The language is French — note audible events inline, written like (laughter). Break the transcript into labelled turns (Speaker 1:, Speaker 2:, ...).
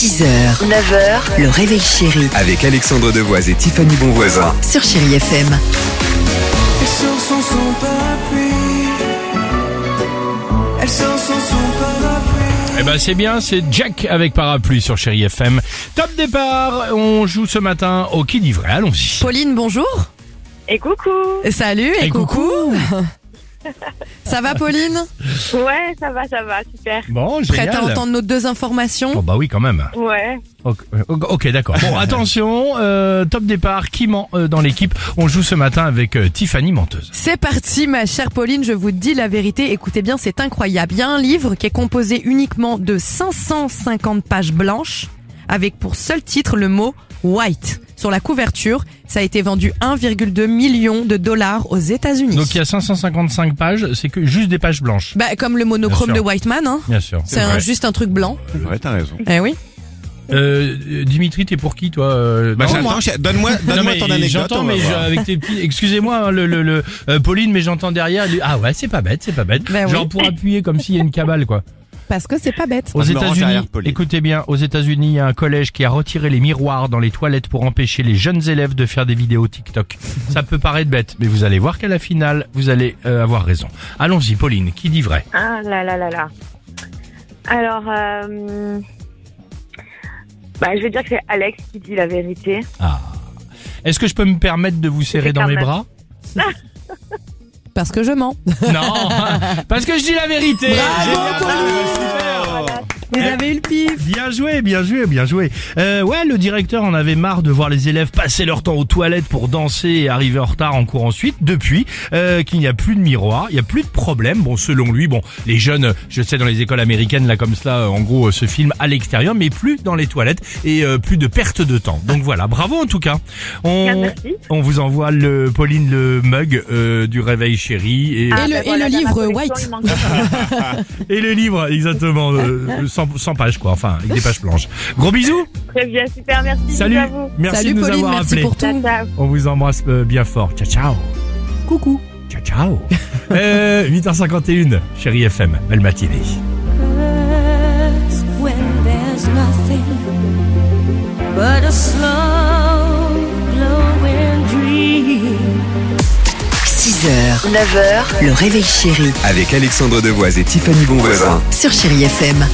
Speaker 1: 6h, 9h, le réveil chéri
Speaker 2: Avec Alexandre Devoise et Tiffany Bonvoisin.
Speaker 1: sur Chérie FM.
Speaker 3: Elle sort sans son parapluie. Elle sort sans son parapluie.
Speaker 4: Eh ben c'est bien, c'est Jack avec parapluie sur Chéri FM. Top départ, on joue ce matin au Kid Ivray, allons-y.
Speaker 5: Pauline, bonjour.
Speaker 6: Et coucou
Speaker 5: Salut et,
Speaker 4: Et
Speaker 5: coucou.
Speaker 6: (laughs)
Speaker 5: Ça va Pauline
Speaker 6: Ouais, ça va, ça va, super.
Speaker 4: Bon,
Speaker 5: Prête à
Speaker 4: génial.
Speaker 5: entendre nos deux informations
Speaker 4: Bon bah oui quand même.
Speaker 6: Ouais.
Speaker 4: Ok, ok, d'accord. Bon (laughs) attention, euh, top départ, qui ment euh, dans l'équipe On joue ce matin avec euh, Tiffany Menteuse.
Speaker 5: C'est parti ma chère Pauline, je vous dis la vérité, écoutez bien, c'est incroyable. Il y a un livre qui est composé uniquement de 550 pages blanches avec pour seul titre le mot white. Sur la couverture, ça a été vendu 1,2 million de dollars aux États-Unis.
Speaker 4: Donc il y a 555 pages, c'est que juste des pages blanches.
Speaker 5: Bah, comme le monochrome
Speaker 4: Bien
Speaker 5: de
Speaker 4: sûr.
Speaker 5: Whiteman, hein.
Speaker 4: Bien sûr.
Speaker 5: C'est un- juste un truc blanc.
Speaker 7: Ouais, t'as raison.
Speaker 5: Eh oui.
Speaker 4: Euh, Dimitri, t'es pour qui toi euh,
Speaker 7: Bah,
Speaker 4: non,
Speaker 7: j'attends,
Speaker 4: moi
Speaker 7: j'ai- donne-moi donne
Speaker 4: Non, mais
Speaker 7: ton anecdote.
Speaker 4: J'entends,
Speaker 7: on va
Speaker 4: mais je-
Speaker 7: voir.
Speaker 4: avec tes petits. Excusez-moi, hein, le, le, le- euh, Pauline, mais j'entends derrière. lui, Ah ouais, c'est pas bête, c'est pas bête.
Speaker 5: Ben oui.
Speaker 4: Genre pour appuyer comme s'il y a une cabale, quoi.
Speaker 5: Parce que c'est pas bête.
Speaker 4: Aux
Speaker 7: Ah, je me range
Speaker 4: États-Unis,
Speaker 7: derrière Pauline.
Speaker 4: écoutez bien, aux États-Unis, il y a un collège qui a retiré les miroirs dans les toilettes pour empêcher les jeunes élèves de faire des vidéos TikTok. Ça peut paraître bête, mais vous allez voir qu'à la finale, vous allez euh, avoir raison. Allons-y, Pauline, qui dit vrai
Speaker 6: Ah là là là là. Alors, euh, bah, je vais dire que c'est Alex qui dit la vérité.
Speaker 4: Ah. Est-ce que je peux me permettre de vous serrer
Speaker 6: C'est
Speaker 4: dans
Speaker 6: quand
Speaker 4: mes
Speaker 6: même-
Speaker 4: bras
Speaker 5: Parce que je mens.
Speaker 4: Non, parce que je dis la vérité. Génial. Ah, Oh.
Speaker 5: Vous avez eu le pif.
Speaker 4: Eh, Bien joué, bien joué, bien joué. Euh, ouais, le directeur en avait marre de voir les élèves passer leur temps aux toilettes pour danser et arriver en retard en cours ensuite. Depuis euh, qu'il n'y a plus de miroir, il n'y a plus de problème. Bon, selon lui, bon, les jeunes, euh, je sais dans les écoles américaines là comme cela, euh, en gros, euh, se filment à l'extérieur, mais plus dans les toilettes et euh, plus de perte de temps. Donc voilà, bravo en tout cas.
Speaker 6: Ah,
Speaker 4: On,
Speaker 6: merci.
Speaker 4: on vous envoie le Pauline le mug euh, du réveil chéri et,
Speaker 6: Ah,
Speaker 5: le-
Speaker 6: bah,
Speaker 5: et
Speaker 6: voilà,
Speaker 5: le
Speaker 6: dans ma
Speaker 5: livre
Speaker 6: collection,
Speaker 5: White.
Speaker 6: il manque encore.
Speaker 4: et le livre exactement euh,
Speaker 5: (laughs)
Speaker 4: 100, 100 pages quoi, enfin avec des pages blanches. Gros bisous.
Speaker 6: Très bien, super, merci.
Speaker 4: Salut.
Speaker 6: bisous à vous.
Speaker 4: Merci de
Speaker 5: Salut
Speaker 4: nous
Speaker 5: Pauline,
Speaker 4: avoir
Speaker 5: merci
Speaker 4: appelés.
Speaker 5: pour
Speaker 6: Ciao,
Speaker 5: tout.
Speaker 6: ciao.
Speaker 4: On vous embrasse euh, bien fort. Ciao, ciao.
Speaker 5: Coucou.
Speaker 4: Ciao,
Speaker 5: (laughs)
Speaker 4: ciao. Euh, 8h51, chérie FM. Belle matinée.
Speaker 8: curse when there's nothing but a slow glowing dream.
Speaker 1: 6h, 9h, le réveil chéri
Speaker 2: Avec Alexandre Devoise et Tiffany Bonvoisin.
Speaker 1: sur Chérie FM.